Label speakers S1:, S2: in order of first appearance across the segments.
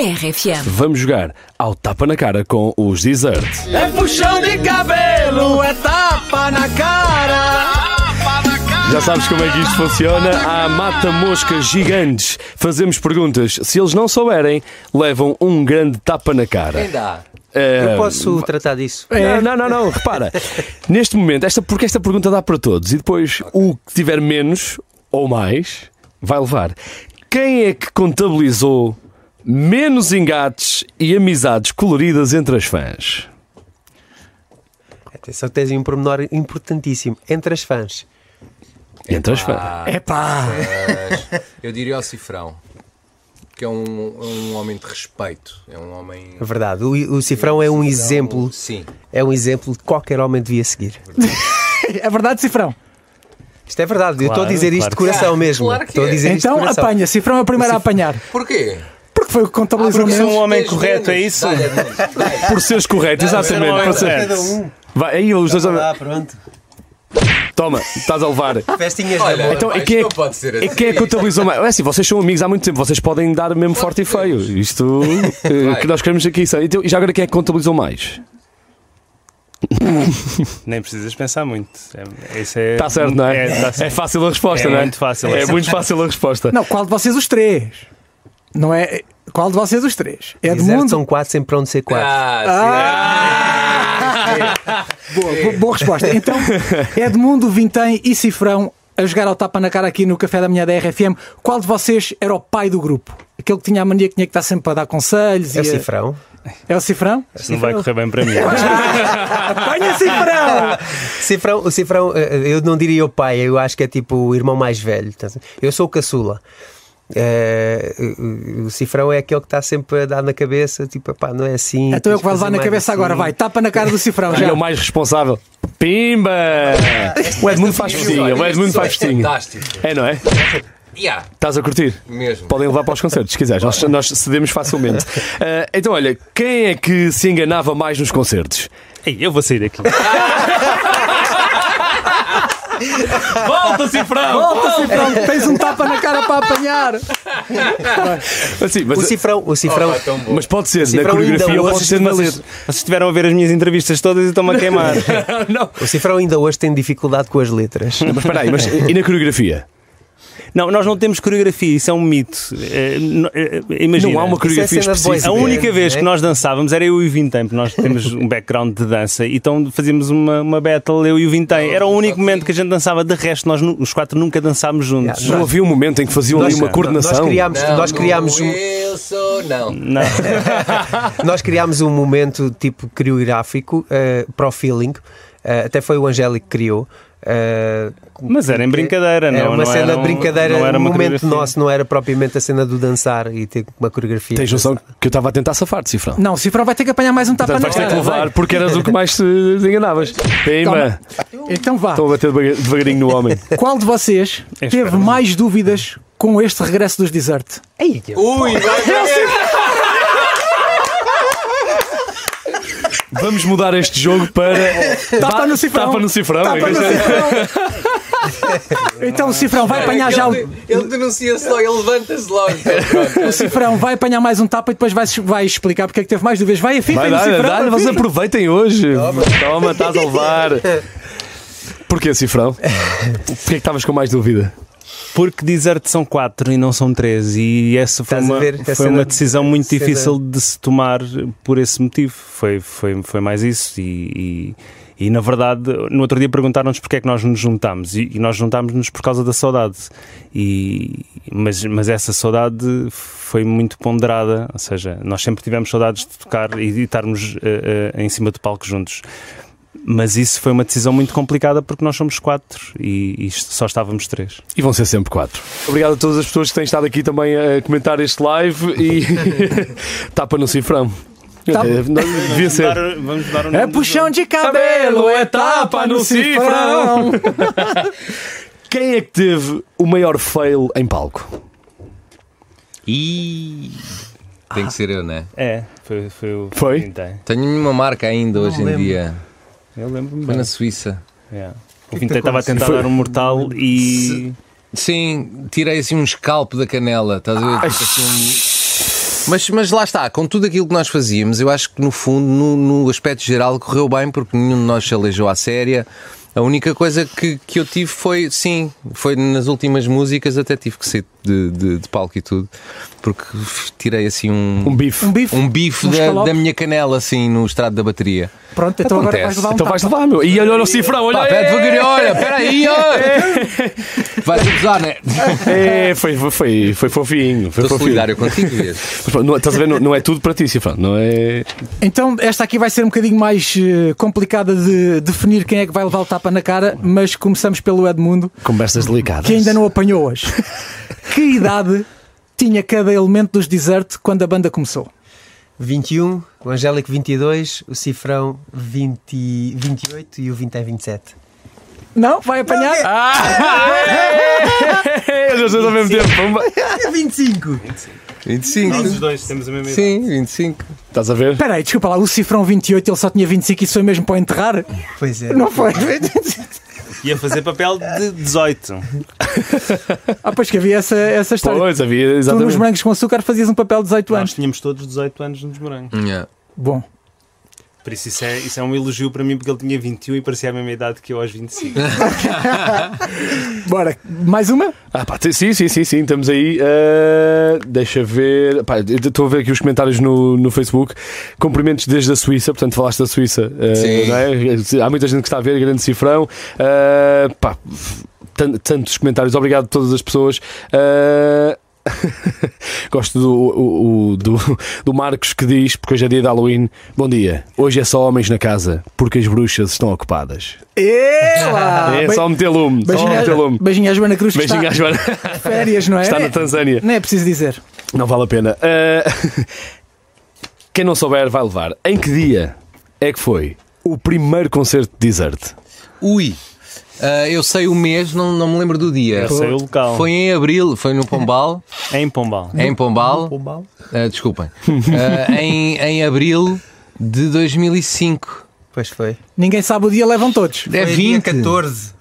S1: RFM.
S2: Vamos jogar ao tapa na cara com os Desert.
S3: É puxão de cabelo, é tapa na cara.
S2: Já sabes como é que isto funciona? Há mata-moscas gigantes. Fazemos perguntas. Se eles não souberem, levam um grande tapa na cara.
S3: Quem dá?
S2: É,
S4: Eu posso tratar disso.
S2: É, não, não, não, repara. Neste momento, esta, porque esta pergunta dá para todos e depois o que tiver menos ou mais vai levar. Quem é que contabilizou menos engates e amizades coloridas entre as fãs?
S4: Atenção, tens aí um pormenor importantíssimo. Entre as fãs.
S2: Entre as fãs.
S3: Eu diria ao Cifrão, que é um, um homem de respeito. É um homem.
S4: É Verdade. O, o Cifrão é um exemplo.
S3: Sim.
S4: É um exemplo que qualquer homem devia seguir.
S5: É verdade, Cifrão.
S4: Isto é verdade. Eu estou a
S6: Claro,
S4: dizer isto de
S6: claro.
S4: coração
S3: Ah,
S4: mesmo.
S3: claro que
S4: estou a
S3: é.
S4: dizer isto de
S5: Então
S4: coração.
S5: apanha, Cifrão é o primeiro a apanhar.
S3: Porquê?
S5: Porque foi o que contabilizou
S6: porque sou
S5: menos.
S6: um homem
S3: Tens
S6: correto, é
S3: menos.
S6: isso?
S3: Dá-lhe, dá-lhe.
S2: Por seres correto, exatamente.
S6: não,
S2: por
S6: não,
S2: ser-
S6: cada
S2: Vai, aí os dois.
S4: Ah, pronto.
S2: Toma, estás a levar.
S4: Festinhas da
S3: Olha,
S4: boa.
S2: Então,
S3: pá,
S2: e
S3: isto
S2: quem é,
S3: não pode ser
S2: e
S3: assim.
S2: quem é que contabilizou mais? É assim, vocês são amigos há muito tempo, vocês podem dar mesmo forte e feio. Isto eh,
S3: Vai.
S2: que nós queremos aqui. sabe? Então, e já agora quem é que contabilizou mais?
S6: Nem precisas pensar muito. É, isso é,
S2: Está certo, não é?
S6: É, tá certo.
S2: fácil a resposta,
S6: É
S2: não é?
S6: muito fácil.
S2: É muito fácil a resposta.
S5: Não, qual de vocês os três? Não é? Qual de vocês os três?
S4: Dizer que
S2: um
S5: Edmundo.
S4: são quatro, sempre para onde ser quatro.
S3: Ah,
S5: Boa, bo- boa resposta. Então, Edmundo, Vintém e Cifrão a jogar ao tapa na cara aqui no Café da Manhã da RFM. Qual de vocês era o pai do grupo? Aquele que tinha a mania que tinha que estar sempre a dar conselhos.
S4: É o
S5: e a-
S4: Cifrão.
S5: É o Cifrão?
S6: Não vai correr bem para mim.
S5: Apanha Cifrão!
S4: Cifrão, o Cifrão, eh, eu não diria o pai, eu acho que é tipo o irmão mais velho. Estás a- Eu sou o caçula. Eh, o- o Cifrão é aquele que está sempre a dar na cabeça, tipo, pá, não é assim.
S5: Então é o que vai
S4: tens de
S5: levar na
S4: fazer
S5: cabeça
S4: mais
S5: agora,
S4: assim."
S5: vai. Tapa na cara do Cifrão
S2: Ele é
S5: já.
S2: o mais responsável. Pimba! O Edmundo
S3: é
S2: faz festinha, o Edmundo faz festinha.
S3: Fantástico.
S2: É, não é?
S3: Yeah,
S2: Estás a curtir?
S3: mesmo.
S2: Podem levar para os concertos, se quiseres. Nós, nós cedemos facilmente. Ah, então, olha, quem é que se enganava mais nos concertos?
S6: Ei, eu vou sair daqui.
S2: Volta, Cifrão!
S5: Volta, Cifrão, tens um tapa na cara para apanhar.
S2: Assim,
S4: O
S2: mas,
S4: Cifrão, o
S3: Oh,
S4: Cifrão,
S3: pá, tão bom.
S2: mas pode ser
S5: é
S2: na
S4: Cifrão ainda
S2: coreografia ou
S4: hoje
S2: pode ser na
S6: vocês,
S2: letra.
S6: vocês estiveram a ver as minhas entrevistas todas e estão-me a queimar.
S2: não,
S4: o Cifrão ainda hoje tem dificuldade com as letras. é
S2: mas espera aí, mas e na coreografia?
S6: Não, nós não temos coreografia, isso é um mito. É, no- é, imagina.
S2: Não há uma coreografia É.
S4: cena de boys
S2: específica.
S6: A
S4: band,
S6: única vez
S4: né?
S6: que nós dançávamos era eu e o Vintém, porque nós temos um background de dança, então fazíamos uma, uma battle, eu e o Vintém. Era o único momento que a gente dançava, de resto, nós nu- os quatro nunca dançámos juntos.
S2: Não havia um momento em que faziam ali uma
S4: Nós
S2: coordenação.
S4: criámos,
S3: Não,
S4: nós
S3: não,
S4: criámos um,
S3: Eu sou. Não.
S6: Não.
S4: Nós criámos um momento tipo coreográfico eh, para o feeling, eh, até foi o Angélico que criou. eh,
S6: Mas era em brincadeira, não
S4: era É, uma
S6: não
S4: cena
S6: era
S4: de
S6: um-
S4: brincadeira,
S6: não era
S4: um
S6: uma
S4: momento
S6: coreografia.
S4: nosso, não era propriamente a cena do dançar e ter uma coreografia.
S2: Tens noção que eu estava a tentar safar-te, Cifrão?
S5: Não, o Cifrão vai ter que apanhar mais um tapa
S2: Portanto,
S5: na
S2: vais ter
S5: cara.
S2: que levar
S5: vai.
S2: porque eras o que mais te enganavas. Pimba!
S5: Toma. Então vá.
S2: Estão a bater devagar- devagarinho no homem.
S5: Qual de vocês teve mais dúvidas com este regresso dos Desert?
S3: Ui, vai ver.
S2: Vamos mudar este jogo para.
S5: Tapa no cifrão. é
S2: Tapa no cifrão. é
S5: Tapa no cifrão. Então o cifrão vai apanhar já
S3: Ele,
S5: um.
S3: ele denuncia-se logo, ele levanta-se logo. Então, pronto.
S5: O cifrão vai apanhar mais um tapa e depois vai, vai explicar porque é que teve mais dúvidas. Vai a fita
S2: Vai
S5: no
S2: dar,
S5: cifrão.
S2: dá,
S5: a
S2: vocês
S5: fita.
S2: aproveitem hoje. Toma, estás a levar. Porquê, Cifrão? Porquê é que estavas com mais dúvida?
S6: Porque dizer-te são quatro e não são três, e essa foi,
S4: Estás a
S6: uma,
S4: ver?
S6: foi
S4: Essa
S6: uma
S4: era-
S6: decisão muito
S4: cena-
S6: difícil de se tomar por esse motivo. Foi, foi, foi mais isso. E, e, e, na verdade, no outro dia perguntaram-nos porque é que nós nos juntámos, e, e nós juntámos-nos por causa da saudade. E, mas, mas essa saudade foi muito ponderada, ou seja, nós sempre tivemos saudades de tocar e de estarmos eh, eh, em cima do palco juntos. Mas isso foi uma decisão muito complicada porque nós somos quatro e, e só estávamos três.
S2: E vão ser sempre quatro. Obrigado a todas as pessoas que têm estado aqui também a comentar este live e. Tapa no Cifrão.
S5: Tapa-
S2: Eh, não, Devia ser.
S6: vamos dar um
S5: É puxão de cabelo, é tapa no cifrão.
S2: Quem é que teve o maior fail em palco?
S3: E tem que ser eu, né?
S6: É, foi, foi o.
S2: Foi?
S6: Vintém.
S3: Tenho uma marca ainda hoje em dia.
S6: Eu lembro-me
S3: Foi
S6: bem.
S3: na Suíça.
S6: Yeah. O Vintém estava a tentar dar um mortal e.
S3: Sim, tirei assim um escalpo da canela. Estás a ver? Tipo assim, um- Mas, mas lá está, com tudo aquilo que nós fazíamos, eu acho que no fundo, no, no aspecto geral, correu bem, porque nenhum de nós se aleijou à séria. A única coisa que, que eu tive foi, sim, foi nas últimas músicas, até tive que sair de, de- de palco e tudo, porque tirei assim um,
S2: Um bife.
S5: Um bife.
S3: um bife
S5: Uns
S3: da,
S5: calopes.
S3: da minha canela, assim, no estrado da bateria.
S5: Pronto, então agora
S3: Acontece.
S5: vais levar um
S2: Então
S5: tapa.
S2: vais levar, meu. E olha, olha o cifrão, olha.
S3: Pá, pera devagarinho, olha, pera aí, olha! Vais abusar, né?
S2: É, foi, foi, foi, foi fofinho. Foi fofinho.
S3: Estou solidário contigo, vês?
S2: Mas, pronto, não, estás a ver, não, não é tudo para ti, cifrão. Não é.
S5: Então, esta aqui vai ser um bocadinho mais eh, complicada de definir quem é que vai levar o tapa na cara, mas começamos pelo Edmundo,
S2: Conversas delicadas.
S5: que ainda não apanhou hoje. que idade tinha cada elemento dos Desert quando a banda começou?
S4: 21, o Angélico 22, o Cifrão 20, 28 e o 20 é 27.
S5: Não? Vai apanhar?
S2: É, eles dois ao mesmo tempo. Pumba.
S4: É 25!
S3: 25.
S6: dois temos a mesma
S3: Sim, 25.
S2: Estás a ver?
S5: Espera aí, desculpa lá, o cifrão 28 ele só tinha 25 e isso foi mesmo para enterrar?
S4: Pois é.
S5: Não foi?
S6: Ia fazer papel de 18.
S5: ah, pois que havia essa, essa história.
S2: Pois, havia,
S5: tu nos
S2: exatamente.
S5: brancos com açúcar fazias um papel de 18 anos.
S6: tínhamos todos 18 anos nos morangos.
S3: Yeah.
S5: Bom,
S6: Por isso, isso é, isso é um elogio para mim, porque ele tinha 21 e parecia a mesma idade que eu aos 25.
S5: bora, mais uma?
S2: Ah, pá, t- sim, sim, sim, sim, estamos aí. ah, deixa ver. Pá, eu estou a ver aqui os comentários no, no Facebook. Cumprimentos desde a Suíça, portanto, falaste da Suíça. ah,
S3: Sim.
S2: não é? Há muita gente que está a ver, grande cifrão. Ah, pá, tan- tantos comentários, obrigado a todas as pessoas. Ah, Gosto do, o- o- do, do Marcos que diz, porque hoje é dia de Halloween. Bom dia, hoje é só homens na casa, porque as bruxas estão ocupadas.
S5: Ela!
S2: é só meter lume, só
S5: Beijinho,
S2: meter lume.
S5: à, beijinho à Joana Cruz, que
S2: Beijinho à
S5: está
S2: Joana.
S5: de férias, não é?
S2: Está
S5: Nem-
S2: na Tanzânia.
S5: Nem é preciso dizer.
S2: Não vale a pena. Ah, quem não souber vai levar. Em que dia é que foi o primeiro concerto de Desert?
S3: Ui! Ah, eu sei o mês, não, não me lembro do dia.
S6: Eu sei o local.
S3: Foi em abril, foi no Pombal,
S6: É Em Pombal.
S3: em Pombal,
S4: Pombal.
S3: ah, desculpem, Ah, em, em abril de 2005.
S4: Pois foi.
S5: Ninguém sabe o dia, levam todos.
S3: É
S4: Foi
S3: 20.
S4: dia 14.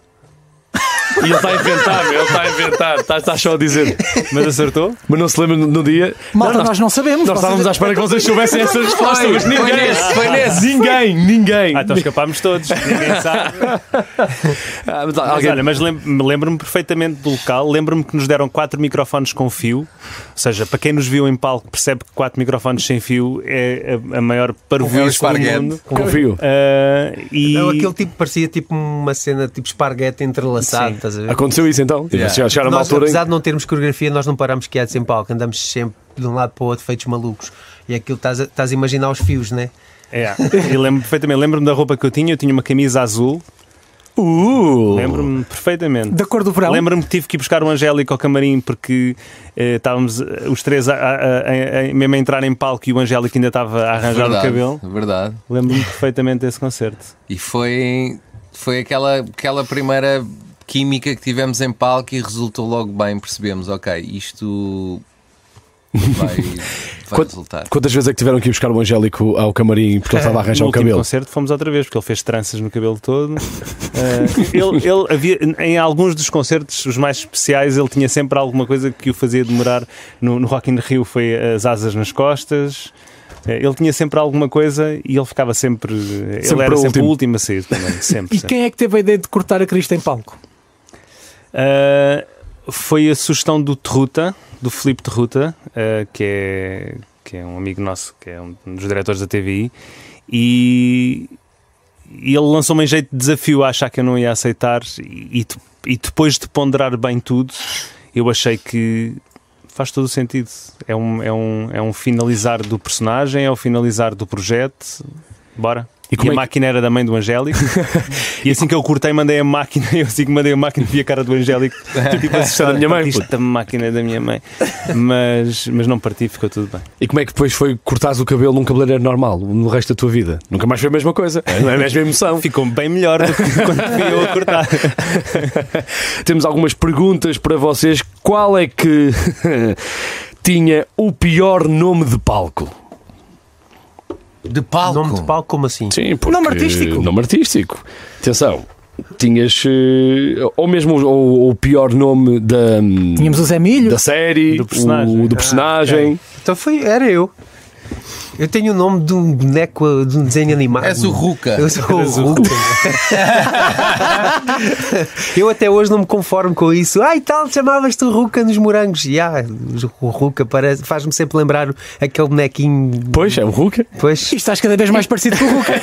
S2: E ele está a inventar, meu, ele está a inventar. Está, está só a dizer.
S6: Mas acertou?
S2: Mas não se lembra no, no dia.
S5: Malta,
S2: Não,
S5: nós, não
S2: nós
S5: sabemos. Vocês- é
S2: estávamos à espera que vocês soubessem essa resposta, mas
S3: foi
S2: ninguém.
S3: nesse, foi nesse.
S2: Ninguém, ninguém.
S6: Ah, então escapámos todos. Ninguém sabe.
S2: Ah, mas
S6: então. Mas,
S2: alguém-
S6: olha, mas lem- lembro-me perfeitamente do local, lembro-me que nos deram quatro microfones com fio, ou seja, para quem nos viu em palco percebe que quatro microfones sem fio é a, a maior parvoíce do
S3: esparguete.
S6: mundo.
S2: Confio.
S6: Ah, e
S4: Não, aquele tipo parecia tipo uma cena tipo esparguete entrelaçado,
S6: Sim.
S4: estás a ver?
S2: Aconteceu isso então?
S3: Yeah.
S2: Chegaram chegaram a uma
S4: Nós,
S2: altura em.
S4: apesar de não termos coreografia, nós não paramos quietos em palco, andamos sempre de um lado para o outro feitos malucos. E aquilo estás a, estás a imaginar os fios, né?
S6: é, e lembro-me perfeitamente, lembro-me da roupa que eu tinha, eu tinha uma camisa azul,
S2: Uh!
S6: lembro-me perfeitamente.
S5: Da cor do verão.
S6: Lembro-me que tive que ir buscar o Angélico ao camarim porque eh, estávamos eh, os três a, a- a- a- mesmo a entrar em palco e o Angélico ainda estava a arranjar o
S3: Verdade,
S6: cabelo.
S3: Verdade.
S6: Lembro-me perfeitamente desse concerto.
S3: E foi, foi aquela, aquela primeira química que tivemos em palco e resultou logo bem, percebemos, ok, isto vai, vai
S2: Quant-
S3: resultar.
S2: Quantas vezes é que tiveram que ir buscar o Angélico ao camarim porque ele estava a arranjar
S6: no
S2: o
S6: último
S2: cabelo?
S6: concerto fomos outra vez, porque ele fez tranças no cabelo todo. Eh, ele, ele havia, em alguns dos concertos, os mais especiais, ele tinha sempre alguma coisa que o fazia demorar. No, no Rock in Rio foi as asas nas costas. Eh, Ele tinha sempre alguma coisa e ele ficava sempre. ele
S2: Sempre
S6: era
S2: o
S6: sempre
S2: último.
S6: o último a sair também. Sempre.
S5: E
S6: sempre.
S5: quem é que teve a ideia de cortar a crista em palco?
S6: Uh, foi a sugestão do Terruta, do Filipe Terruta, uh, que, é, que é um amigo nosso, que é um dos diretores da TVI, e, e ele lançou-me em jeito de desafio a achar que eu não ia aceitar, e, e de- e depois de ponderar bem tudo, eu achei que faz todo o sentido. É um, é um, é um finalizar do personagem, é o finalizar do projeto. Bora.
S2: E
S6: E,
S2: como
S6: a
S2: é que-
S6: máquina era da mãe do Angélico. e assim que eu cortei, mandei a máquina. Eu assim que mandei a máquina, vi a cara do Angélico. Tipo,
S2: Isto é da minha mãe,
S6: Isto da máquina da minha mãe. Mas, mas não parti, ficou tudo bem.
S2: E como é que depois foi cortares o cabelo num cabeleireiro normal no resto da tua vida? Nunca mais foi a mesma coisa. Não é a mesma emoção.
S6: Ficou bem melhor do que quando fui eu a cortar.
S2: Temos algumas perguntas para vocês. Qual é que tinha o pior nome de palco?
S3: De palco.
S4: Nome de palco, como assim?
S2: Sim, porque...
S5: Nome artístico.
S2: Nome artístico. Atenção. tinhas. eh, Ou mesmo o- o, o pior nome da,
S5: Tínhamos o Ah, Zé Milho.
S2: da série,
S6: Do personagem.
S2: o- do personagem.
S4: Então foi, era eu. Eu tenho o nome de um boneco uh, de um desenho animado.
S3: És
S2: Hum.
S3: o Ruka.
S4: Eu sou o Ruka. eu até hoje não me conformo com isso. Ai, tal, chamavas-te o Ruka nos morangos. E ah, o Ruka parece- faz-me sempre lembrar aquele bonequinho.
S2: Pois, é o Hulk.
S4: Pois.
S5: E estás cada vez mais parecido com o Hulk.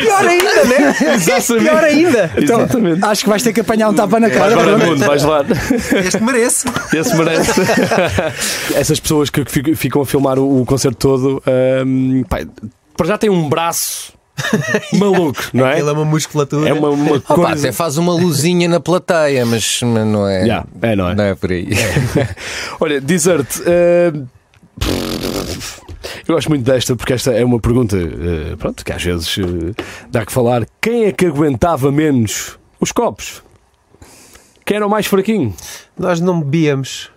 S4: Pior ainda, né?
S2: Exatamente.
S4: Pior ainda.
S5: Então,
S2: Exatamente.
S5: acho que vais ter que apanhar um tapa na
S2: Vais
S5: cara.
S2: lá no mundo, vais lá.
S4: Este merece.
S2: Esse merece. Essas pessoas que fi- ficam a filmar o, o concerto todo, ahm, pá, para já tem um braço maluco, não é?
S4: Ele é uma musculatura.
S2: É uma, uma
S3: Opa,
S2: coisa.
S3: até faz uma luzinha na plateia, mas mas não é.
S2: Yeah, é, não é?
S3: Não é por aí.
S2: Olha, dizer-te. ahm, eu gosto muito desta porque esta é uma pergunta eh, pronto, que às vezes eh, dá que falar. Quem é que aguentava menos os copos? Quem era o mais fraquinho?
S4: Nós não bebíamos.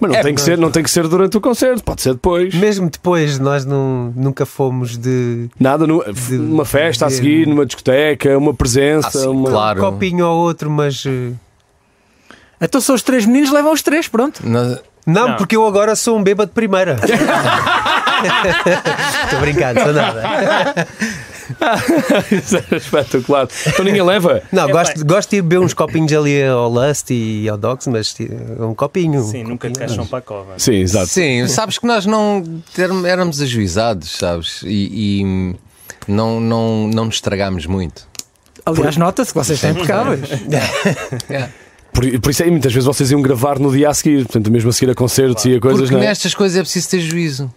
S2: Mas não,
S3: É,
S2: tem que ser, não tem que ser durante o concerto, pode ser depois.
S4: Mesmo depois, nós não, nunca fomos de
S2: Nada, numa, uma festa a
S4: de-
S2: seguir, numa discoteca, uma presença.
S3: Ah, sim,
S2: é uma...
S3: claro.
S4: copinho ou outro, mas. eh,
S5: Então são os três meninos, levam os três, pronto.
S3: Nós-
S4: Não,
S6: Não.
S4: porque eu agora sou um bêbado de primeira. Estou brincando, sou nada.
S2: Isso era espetacular. Então ninguém leva.
S4: Não, gosto, gosto de ir beber uns copinhos ali ao Lust e ao Dogs, mas eh, um copinho.
S6: Sim, nunca te caixam para a cova.
S2: Sim, exato.
S3: Sim, sabes que nós não ter- éramos ajuizados, sabes? E, e não, não, não nos estragámos muito.
S5: Aliás, nota-se que vocês têm impecáveis.
S2: Por, por isso aí muitas vezes vocês iam gravar no dia a seguir, portanto, mesmo a seguir a concertos e a coisas,
S3: Porque
S2: não é?
S3: nestas coisas é preciso ter juízo.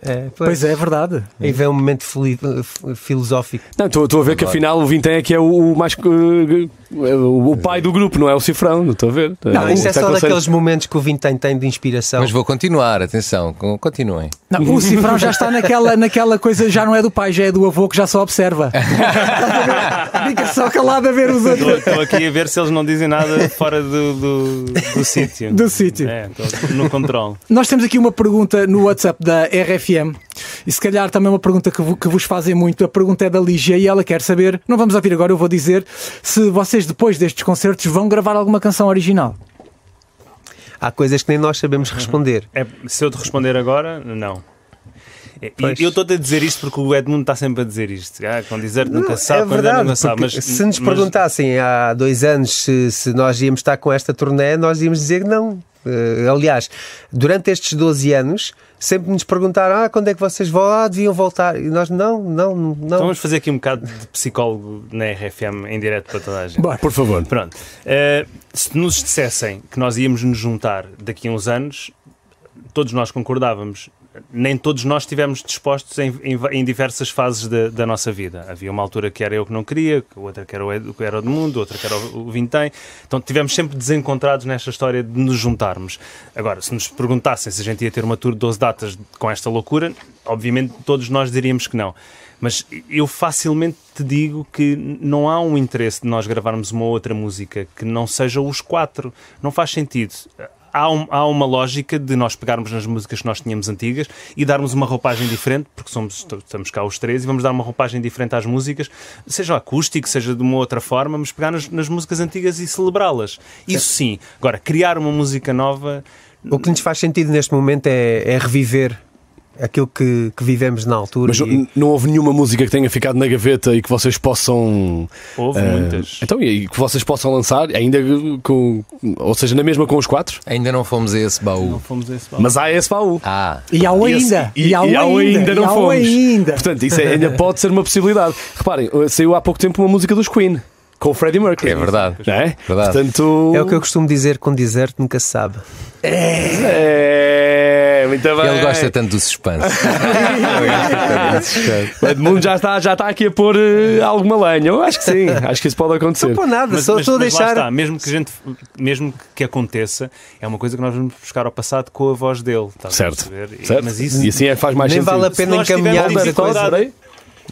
S4: É, pois.
S5: Pois é, é verdade.
S4: E vem um momento fili- eh, filosófico.
S2: Não, estou estou a ver que afinal o Vintém é que é o, o mais. eh, eh, o pai do grupo, não é o Cifrão, não estou a ver.
S4: Não,
S2: Eh,
S4: isso é
S2: está
S4: só
S2: conceito.
S4: daqueles momentos que o Vintém tem de inspiração.
S3: Mas vou continuar, atenção, con- continuem.
S5: Não, o Cifrão já está naquela, naquela coisa, já não é do pai, já é do avô que já só observa. Fica só calado a ver os
S6: Estou-
S5: outros.
S6: Estou aqui a ver se eles não dizem nada fora do, do, do sítio.
S5: Do sítio.
S6: É, estou no controle.
S5: Nós temos aqui uma pergunta no WhatsApp da RFM e se calhar também uma pergunta que, vo- que vos fazem muito. A pergunta é da Lígia e ela quer saber, não vamos ouvir agora, eu vou dizer, se vocês depois destes concertos vão gravar alguma canção original.
S4: Há coisas que nem nós sabemos responder.
S6: É, se eu te responder agora, não. E-
S4: Pois.
S6: e Eu estou-te a dizer isto porque o Edmundo está sempre a dizer isto. Ah, quando dizer nunca sabe,
S4: é
S6: quando
S4: verdade,
S6: nunca sabe.
S4: porque
S6: Mas,
S4: se nos
S6: mas-
S4: perguntassem há dois anos se, se nós íamos estar com esta turnê, nós íamos dizer que não. Eh, aliás, durante estes 12 anos, sempre nos perguntaram ah, quando é que vocês vão? Ah, deviam voltar. E nós, não, não,
S6: Então
S4: não.
S6: vamos fazer aqui um bocado de psicólogo na RFM em direto para toda a gente.
S5: Bora.
S2: Por favor.
S6: Pronto. Eh, se nos dissessem que nós íamos nos juntar daqui a uns anos, todos nós concordávamos. Nem todos nós estivemos dispostos em, em- em diversas fases da, da nossa vida. Havia uma altura que era eu que não queria, que outra que era o, Ed- que era o do mundo, outra que era o, o Vintém. Então tivemos sempre desencontrados nesta história de nos juntarmos. Agora, se nos perguntassem se a gente ia ter uma tour de 12 datas com esta loucura, obviamente todos nós diríamos que não. Mas eu facilmente te digo que não há um interesse de nós gravarmos uma outra música que não seja os quatro. Não faz sentido. Há, um- há uma lógica de nós pegarmos nas músicas que nós tínhamos antigas e darmos uma roupagem diferente, porque somos, t- estamos cá os três e vamos dar uma roupagem diferente às músicas, seja acústico, seja de uma outra forma, mas pegar nas, nas músicas antigas e celebrá-las. Isso sim. Agora, criar uma música nova.
S4: O que nos faz sentido neste momento é, é reviver aquilo que, que vivemos na altura.
S2: Mas
S4: e-
S2: n- não houve nenhuma música que tenha ficado na gaveta e que vocês possam.
S6: Houve
S2: eh,
S6: muitas.
S2: Então, e e que vocês possam lançar, ainda com. Ou seja, na mesma com os quatro?
S3: Ainda não fomos a esse baú.
S6: Fomos a esse
S2: Mas há esse baú.
S3: Ah,
S5: E há o
S6: E esse-
S5: ainda.
S2: E, e,
S5: o
S2: ao ainda, não
S5: e há o
S2: fomos.
S5: ainda.
S2: Portanto, isso é- ainda pode ser uma possibilidade. Reparem, eh, saiu há pouco tempo uma música dos Queen com o Freddie Mercury.
S3: É verdade.
S2: Não é?
S3: Verdade.
S2: Portanto,
S4: É o que eu costumo dizer com deserto nunca se sabe.
S2: É, muito bem.
S3: ele gosta tanto do suspense.
S2: O Edmundo já está, já está aqui a pôr eh, alguma lenha. Eu acho que sim, acho que isso pode
S4: Não
S2: acontecer.
S4: por nada, só estou a
S6: lá
S4: deixar.
S6: está, mesmo que a gente, mesmo que aconteça, é uma coisa que nós vamos buscar ao passado com a voz dele. estás a
S2: Certo.
S6: perceber? E-
S2: certo.
S6: Mas isso
S2: e assim é que faz mais
S4: Nem
S2: sentido.
S4: vale a pena
S6: Se nós tivermos
S4: encaminharmos a
S6: dificuldade-
S4: coisa.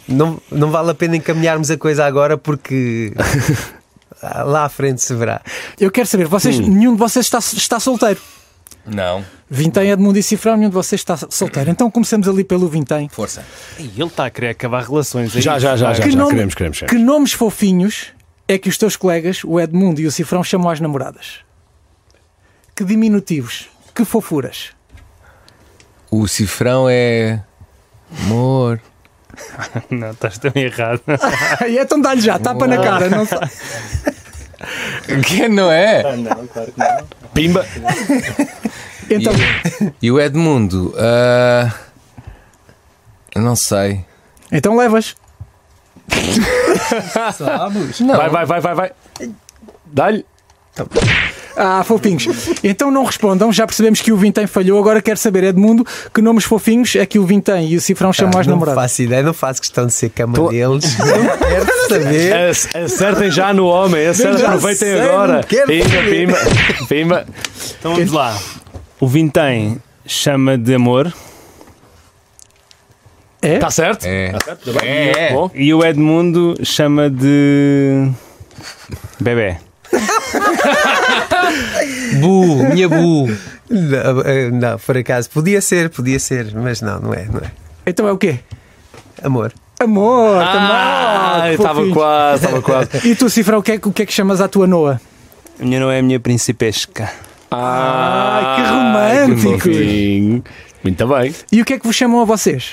S4: Não, não vale a pena encaminharmos a coisa agora porque lá à frente se verá.
S5: Eu quero saber, vocês,
S2: Hum.
S5: nenhum de vocês está, está solteiro.
S3: Não,
S5: Vintém, Edmundo e Cifrão, nenhum de vocês está solteiro. Então começamos ali pelo Vintém.
S3: força.
S6: E ele está a querer acabar relações. é
S2: Já,
S6: isso?
S2: Ah, já, já, já,
S5: Que
S2: já.
S5: nome-
S2: Queremos, queremos.
S5: Que nomes fofinhos é que os teus colegas, o Edmundo e o Cifrão, chamam as namoradas. Que diminutivos, que fofuras.
S3: O cifrão é. Amor.
S6: Não, estás tão errado.
S5: e então dá-lhe já, tapa na cara. Não sa-
S3: Que não é?
S2: Pimba!
S5: Então,
S3: E o Edmundo? ah, eu Não sei.
S5: então levas.
S3: Não.
S2: Vai, vai, vai, vai, vai. Dá-lhe.
S5: Ah, fofinhos. Então não respondam, já percebemos que o Vintém falhou. Agora quero saber, Edmundo, que nomes fofinhos é que o Vintém e o Cifrão
S2: Ah,
S5: chamam as
S4: não
S5: namoradas.
S4: faço ideia, não faço questão de ser cama deles. Não quero saber.
S2: Ac- Acertem já no homem, acertem,
S4: já
S2: aproveitem
S4: sei,
S2: agora.
S4: não quero
S2: Pimba, pimba, pimba.
S6: Então vamos lá. O Vintém chama de amor
S5: É?
S2: Está Tá certo?
S3: É.
S2: É. Bom,
S6: e o Edmundo chama de. Bebé.
S3: Bu, minha bu.
S4: Não, eh, não, por acaso. Podia ser, podia ser, mas não, não é. Não é.
S5: Então é o quê?
S4: Amor.
S5: Amor,
S2: Ah,
S5: também.
S2: estava
S5: Fofinhos.
S2: quase, estava quase.
S5: E tu, Cifrão, o que, é, que- o que é que chamas à tua Noa?
S6: A minha não é a minha principesca.
S5: Ah, que
S2: que
S5: romântico.
S2: fofinho. Muito bem.
S5: E o que é que vos chamam a vocês?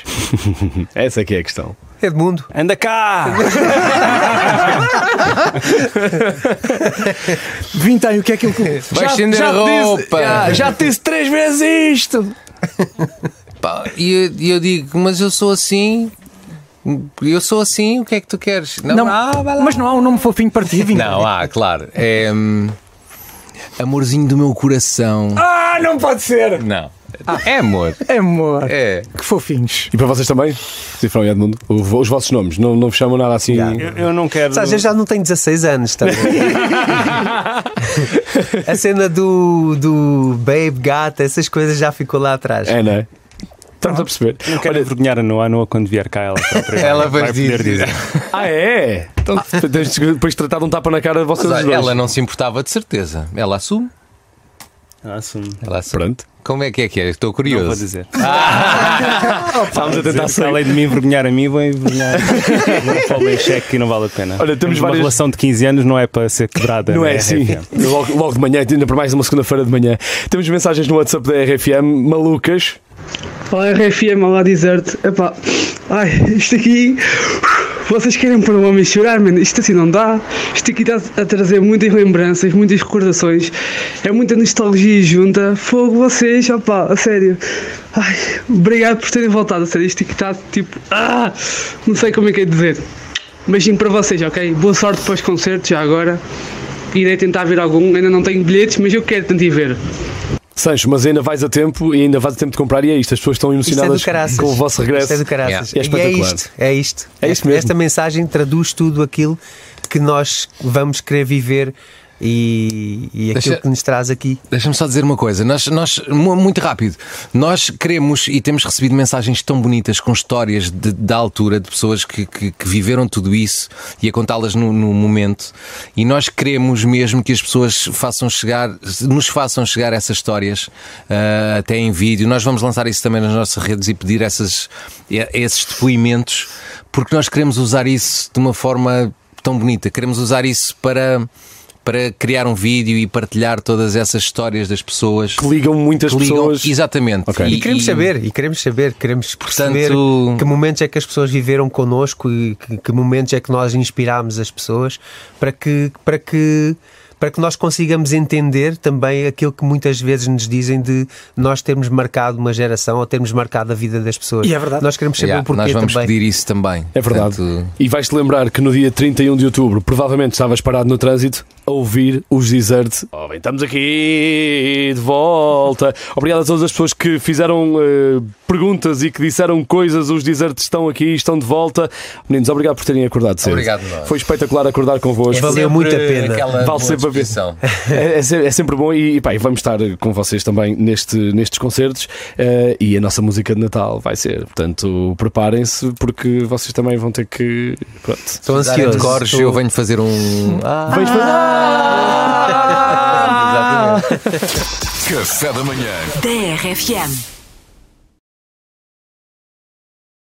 S2: Essa é que é a questão.
S4: Edmundo.
S6: Anda cá!
S5: Vintém, o que é que.
S3: Vai estender a roupa.
S5: te disse três vezes isto!
S3: Pá, E eu, e eu digo, mas eu sou assim. Eu sou assim, o que é que tu queres?
S5: Não,
S3: ah, vai lá.
S5: mas não há um nome fofinho para ti, Vintém.
S3: Não, ah, claro. É, hum, amorzinho do meu coração.
S5: Ah, não pode ser!
S3: Não. É amor.
S5: Amor,
S3: É.
S5: que fofinhos.
S2: E para vocês também, Cifrão e Edmundo, o- os vossos nomes, não, não vos chamam nada assim.
S6: Eu, eu não quero.
S4: Sabes, eu já não tenho 16 anos também. a cena do, do Babe Gata, essas coisas já ficou lá atrás.
S2: É, não é? Estamos a perceber.
S6: Não quero envergonhar a Noa, a Noa quando vier cá ela própria.
S3: Ela vai
S6: poder
S3: dizer.
S2: Ah, é? Então, tens de- depois de tratar de um tapa na cara de vocês
S3: Mas,
S2: os
S3: olha,
S2: dois.
S3: ela não se importava de certeza. Ela assume.
S6: Ah, sim.
S3: Ela assume.
S2: Pronto,
S3: Como é que é que é? Estou
S6: Não vou
S3: curioso.
S6: dizer.
S2: estávamos a tentar
S6: Dizer que,
S2: sair.
S6: além de me envergonhar a mim, vou envergonhar. Não falo em cheque e não vale a pena.
S2: Olha, temos
S6: uma
S2: várias-
S6: relação de 15 anos, não é para ser quebrada.
S2: Não
S6: na
S2: é assim.
S6: RFM.
S2: Logo, logo de manhã, ainda para mais uma segunda-feira de manhã. Temos mensagens no WhatsApp da RFM, malucas.
S1: Olá RFM, olá Desert. Epá, ai, isto aqui. Vocês querem pôr um homem a chorar, mano? Isto assim não dá. Isto aqui está a trazer muitas lembranças, muitas recordações. É muita nostalgia junta. Fogo vocês, opá, a sério. Ai, obrigado por terem voltado, a sério. Isto aqui está tipo. Ah, não sei como é que é de dizer. Beijinho para vocês, ok? Boa sorte para os concertos já agora. Irei tentar ver algum. Ainda não tenho bilhetes, mas eu quero tentar ir ver.
S2: Sancho, mas ainda vais a tempo e ainda vais a tempo de comprar e é isto. As pessoas estão
S4: Isto é do
S2: emocionadas
S4: caraças.
S2: com o vosso regresso.
S4: Isto é do
S2: Yeah.
S4: caraças.
S2: É
S4: E é
S2: espetacular.
S4: isto, é isto.
S2: É isto mesmo.
S4: Esta mensagem traduz tudo aquilo que nós vamos querer viver e, e aquilo
S3: Deixa-
S4: que nos traz aqui.
S3: Deixa-me só dizer uma coisa, nós, nós, mu- muito rápido, nós queremos e temos recebido mensagens tão bonitas com histórias de- da altura de pessoas que, que- que viveram tudo isso e a contá-las no, no momento. E nós queremos mesmo que as pessoas façam chegar, nos façam chegar essas histórias ah, até em vídeo. Nós vamos lançar isso também nas nossas redes e pedir essas, e- esses depoimentos, porque nós queremos usar isso de uma forma tão bonita, queremos usar isso para para criar um vídeo e partilhar todas essas histórias das pessoas
S2: Que ligam muitas
S3: que ligam-
S2: pessoas.
S3: Exatamente.
S2: Ok.
S4: E queremos saber, e queremos saber, queremos perceber
S3: Portanto-
S4: que momentos é que as pessoas viveram connosco e que, que momentos é que nós inspirámos as pessoas para que, para que para que nós consigamos entender também aquilo que muitas vezes nos dizem de nós termos marcado uma geração ou termos marcado a vida das pessoas.
S5: E é verdade.
S4: Nós queremos saber
S3: Yeah,
S4: o porquê
S3: nós vamos
S4: também.
S3: pedir isso também.
S2: É verdade.
S3: Portanto,
S2: E vais-te lembrar que no dia 31 de outubro provavelmente estavas parado no trânsito a ouvir os Desert. Oh, bem, estamos aqui de volta. Obrigado a todas as pessoas que fizeram eh, perguntas e que disseram coisas. Os Desert estão aqui, estão de volta. Meninos, obrigado por terem acordado cedo.
S3: Obrigado, nós.
S2: Foi espetacular acordar convosco.
S4: Valeu
S3: É sempre
S4: muito a pena.
S3: aquela
S2: Vale
S3: boa
S2: sempre a pena.
S3: disposição.
S2: É, é se- é sempre bom e, e, pá, e vamos estar com vocês também neste, nestes concertos eh, e a nossa música de Natal vai ser. Portanto, preparem-se porque vocês também vão ter que. Pronto.
S4: Estou
S3: Darem de
S4: ansioso.
S3: Cores, eu venho fazer um. Ah,
S2: Vens fazer-
S3: exatamente.
S7: Café da manhã.
S8: TRFM.